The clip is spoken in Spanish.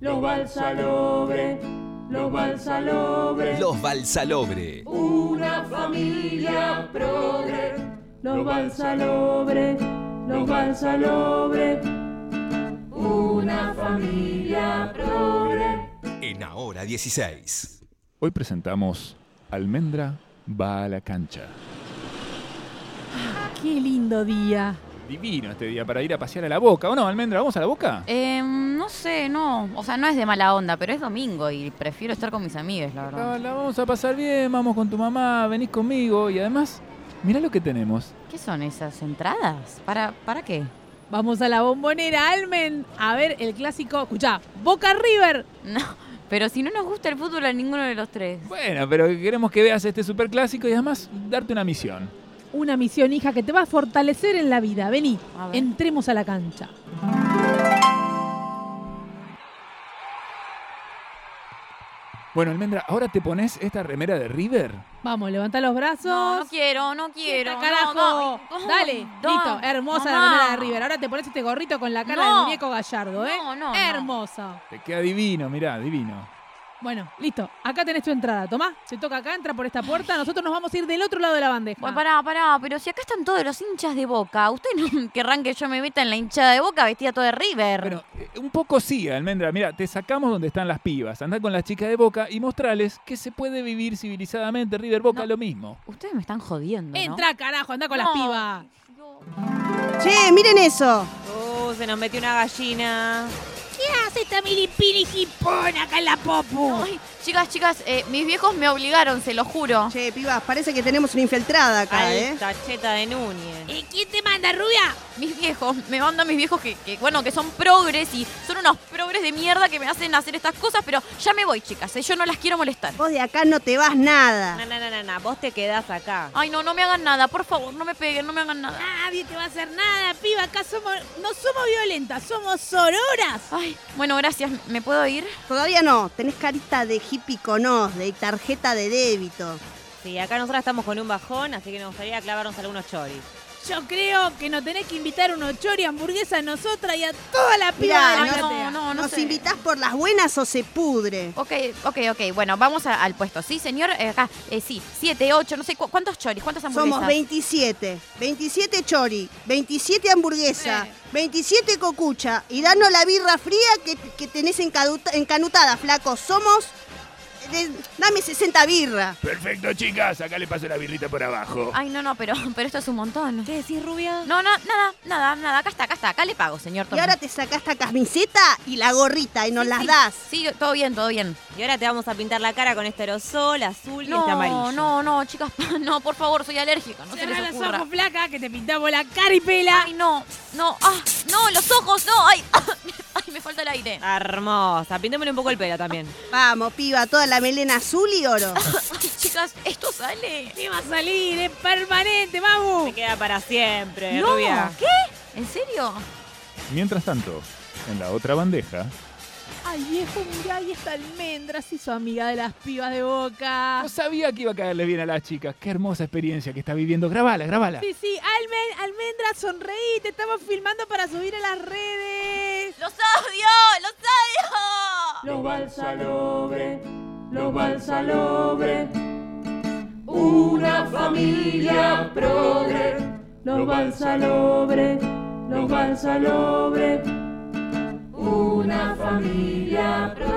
Los Balsalobre, los Balsalobre, Los Balsalobre. una familia progre. Los Balsalobre, los Balsalobre, una familia progre. En Ahora 16. Hoy presentamos Almendra va a la cancha. Ah, Qué lindo día. Divino este día para ir a pasear a la boca. ¿O no, Almendra? ¿Vamos a la boca? Em, no sé, no. O sea, no es de mala onda, pero es domingo y prefiero estar con mis amigues, la verdad. La, la vamos a pasar bien, vamos con tu mamá, venís conmigo y además, mirá lo que tenemos. ¿Qué son esas entradas? ¿Para, para qué? Vamos a la bombonera, Almen. A ver, el clásico. Escuchá, Boca River. No, pero si no nos gusta el fútbol a ninguno de los tres. Bueno, pero queremos que veas este superclásico y además darte una misión. Una misión, hija, que te va a fortalecer en la vida. Vení, A ver. entremos a la cancha. Bueno, Almendra, ahora te pones esta remera de River. Vamos, levanta los brazos. No, no quiero, no quiero. Quieta, no, carajo. no. ¿Cómo? Dale, No, listo. Hermosa mamá. la remera de River. Ahora te pones este gorrito con la cara No. de muñeco gallardo, ¿eh? No, no, no. Hermosa. Te queda divino, mirá, divino. Bueno, listo. Acá tenés tu entrada. Tomá, te toca acá, entra por esta puerta. Nosotros nos vamos a ir del otro lado de la bandeja. Bueno, pará, pará, pero si acá están todos los hinchas de Boca, ¿ustedes no querrán que yo me meta en la hinchada de Boca vestida toda de River? Bueno, eh, un poco sí, Almendra. Mira, te sacamos donde están las pibas. Andá con la chica de Boca y mostrales que se puede vivir civilizadamente. River Boca No. lo mismo. Ustedes me están jodiendo, ¿no? Entra, carajo, anda con las No. pibas. Che, miren eso. Uh, se nos metió una gallina. hace esta milipili jipón acá en la popu? Ay, chicas, chicas, eh, mis viejos me obligaron, se lo juro. Che, pibas, parece que tenemos una infiltrada acá, ¿eh? Alta cheta de Núñez. ¿Y quién te manda, rubia? Mis viejos, me mandan mis viejos que, que, bueno, que son progres y son unos progres de mierda que me hacen hacer estas cosas, pero ya me voy, chicas, eh, yo no las quiero molestar. Vos de acá no te vas nada. No, no, no, no, no, vos te quedás acá. Ay, no, no me hagan nada, por favor, no me peguen, no me hagan nada. Nadie te va a hacer nada, piba. Acá somos, no somos violentas, somos sororas. Ay, bueno, gracias, ¿me puedo ir? Todavía no. Tenés carita de hippie con os, de tarjeta de débito. Sí, acá nosotras estamos con un bajón, así que nos gustaría clavarnos algunos choris. Yo creo que nos tenés que invitar unos chori hamburguesa a nosotras y a toda la piba Mirá, de la no, platea. no, ¿Nos sé. invitás por las buenas o se pudre? Ok, ok, ok. Bueno, vamos a- al puesto. Sí, señor. Eh, acá, eh, sí, siete, ocho, no sé cu- cuántos choris, cuántas hamburguesas. Somos 27. 27 chori, 27 hamburguesa, 27 cocucha. Y danos la birra fría que, que tenés encaduta- encanutada, flaco. Somos... de- dame 60 birra. Perfecto, chicas. Acá le paso la birrita por abajo. Ay, no, no, pero, pero esto es un montón. ¿Qué decís, rubia? No, no, nada, nada, nada. Acá está, acá está. Acá le pago, señor. Y Tommy. ahora te sacás esta camiseta y la gorrita y nos Sí, las sí, das. Sí, todo bien, todo bien. Y ahora te vamos a pintar la cara con este aerosol azul y este No, amarillo. no, no, chicas. No, por favor, soy alérgica. No se Cerrá les los ocurra. ojos, flaca, que te pintamos la cara y pela. Ay, no, no, ah, no, los ojos, no. Ay, ay, me falta el aire. Hermosa. Pintémosle un poco el pelo también. Vamos, piba, toda la melena azul y oro. Ay, chicas, esto sale. ¿Qué va a salir? Es permanente, mamu. Se queda para siempre, No, rubia. ¿qué? ¿En serio? Mientras tanto, en la otra bandeja. Ay, viejo, mirá, ahí está almendra, se hizo amiga de las pibas de boca. No sabía que iba a caerle bien a las chicas. Qué hermosa experiencia que está viviendo. Grabala, grabala. Sí, sí, Almen, almendra, sonreí, te estamos filmando para subir a las redes. ¡Los odio! ¡Los odio! Los Balsalobre, los Balsalobre, una familia progre. Los Balsalobre, los Balsalobre, una familia progre.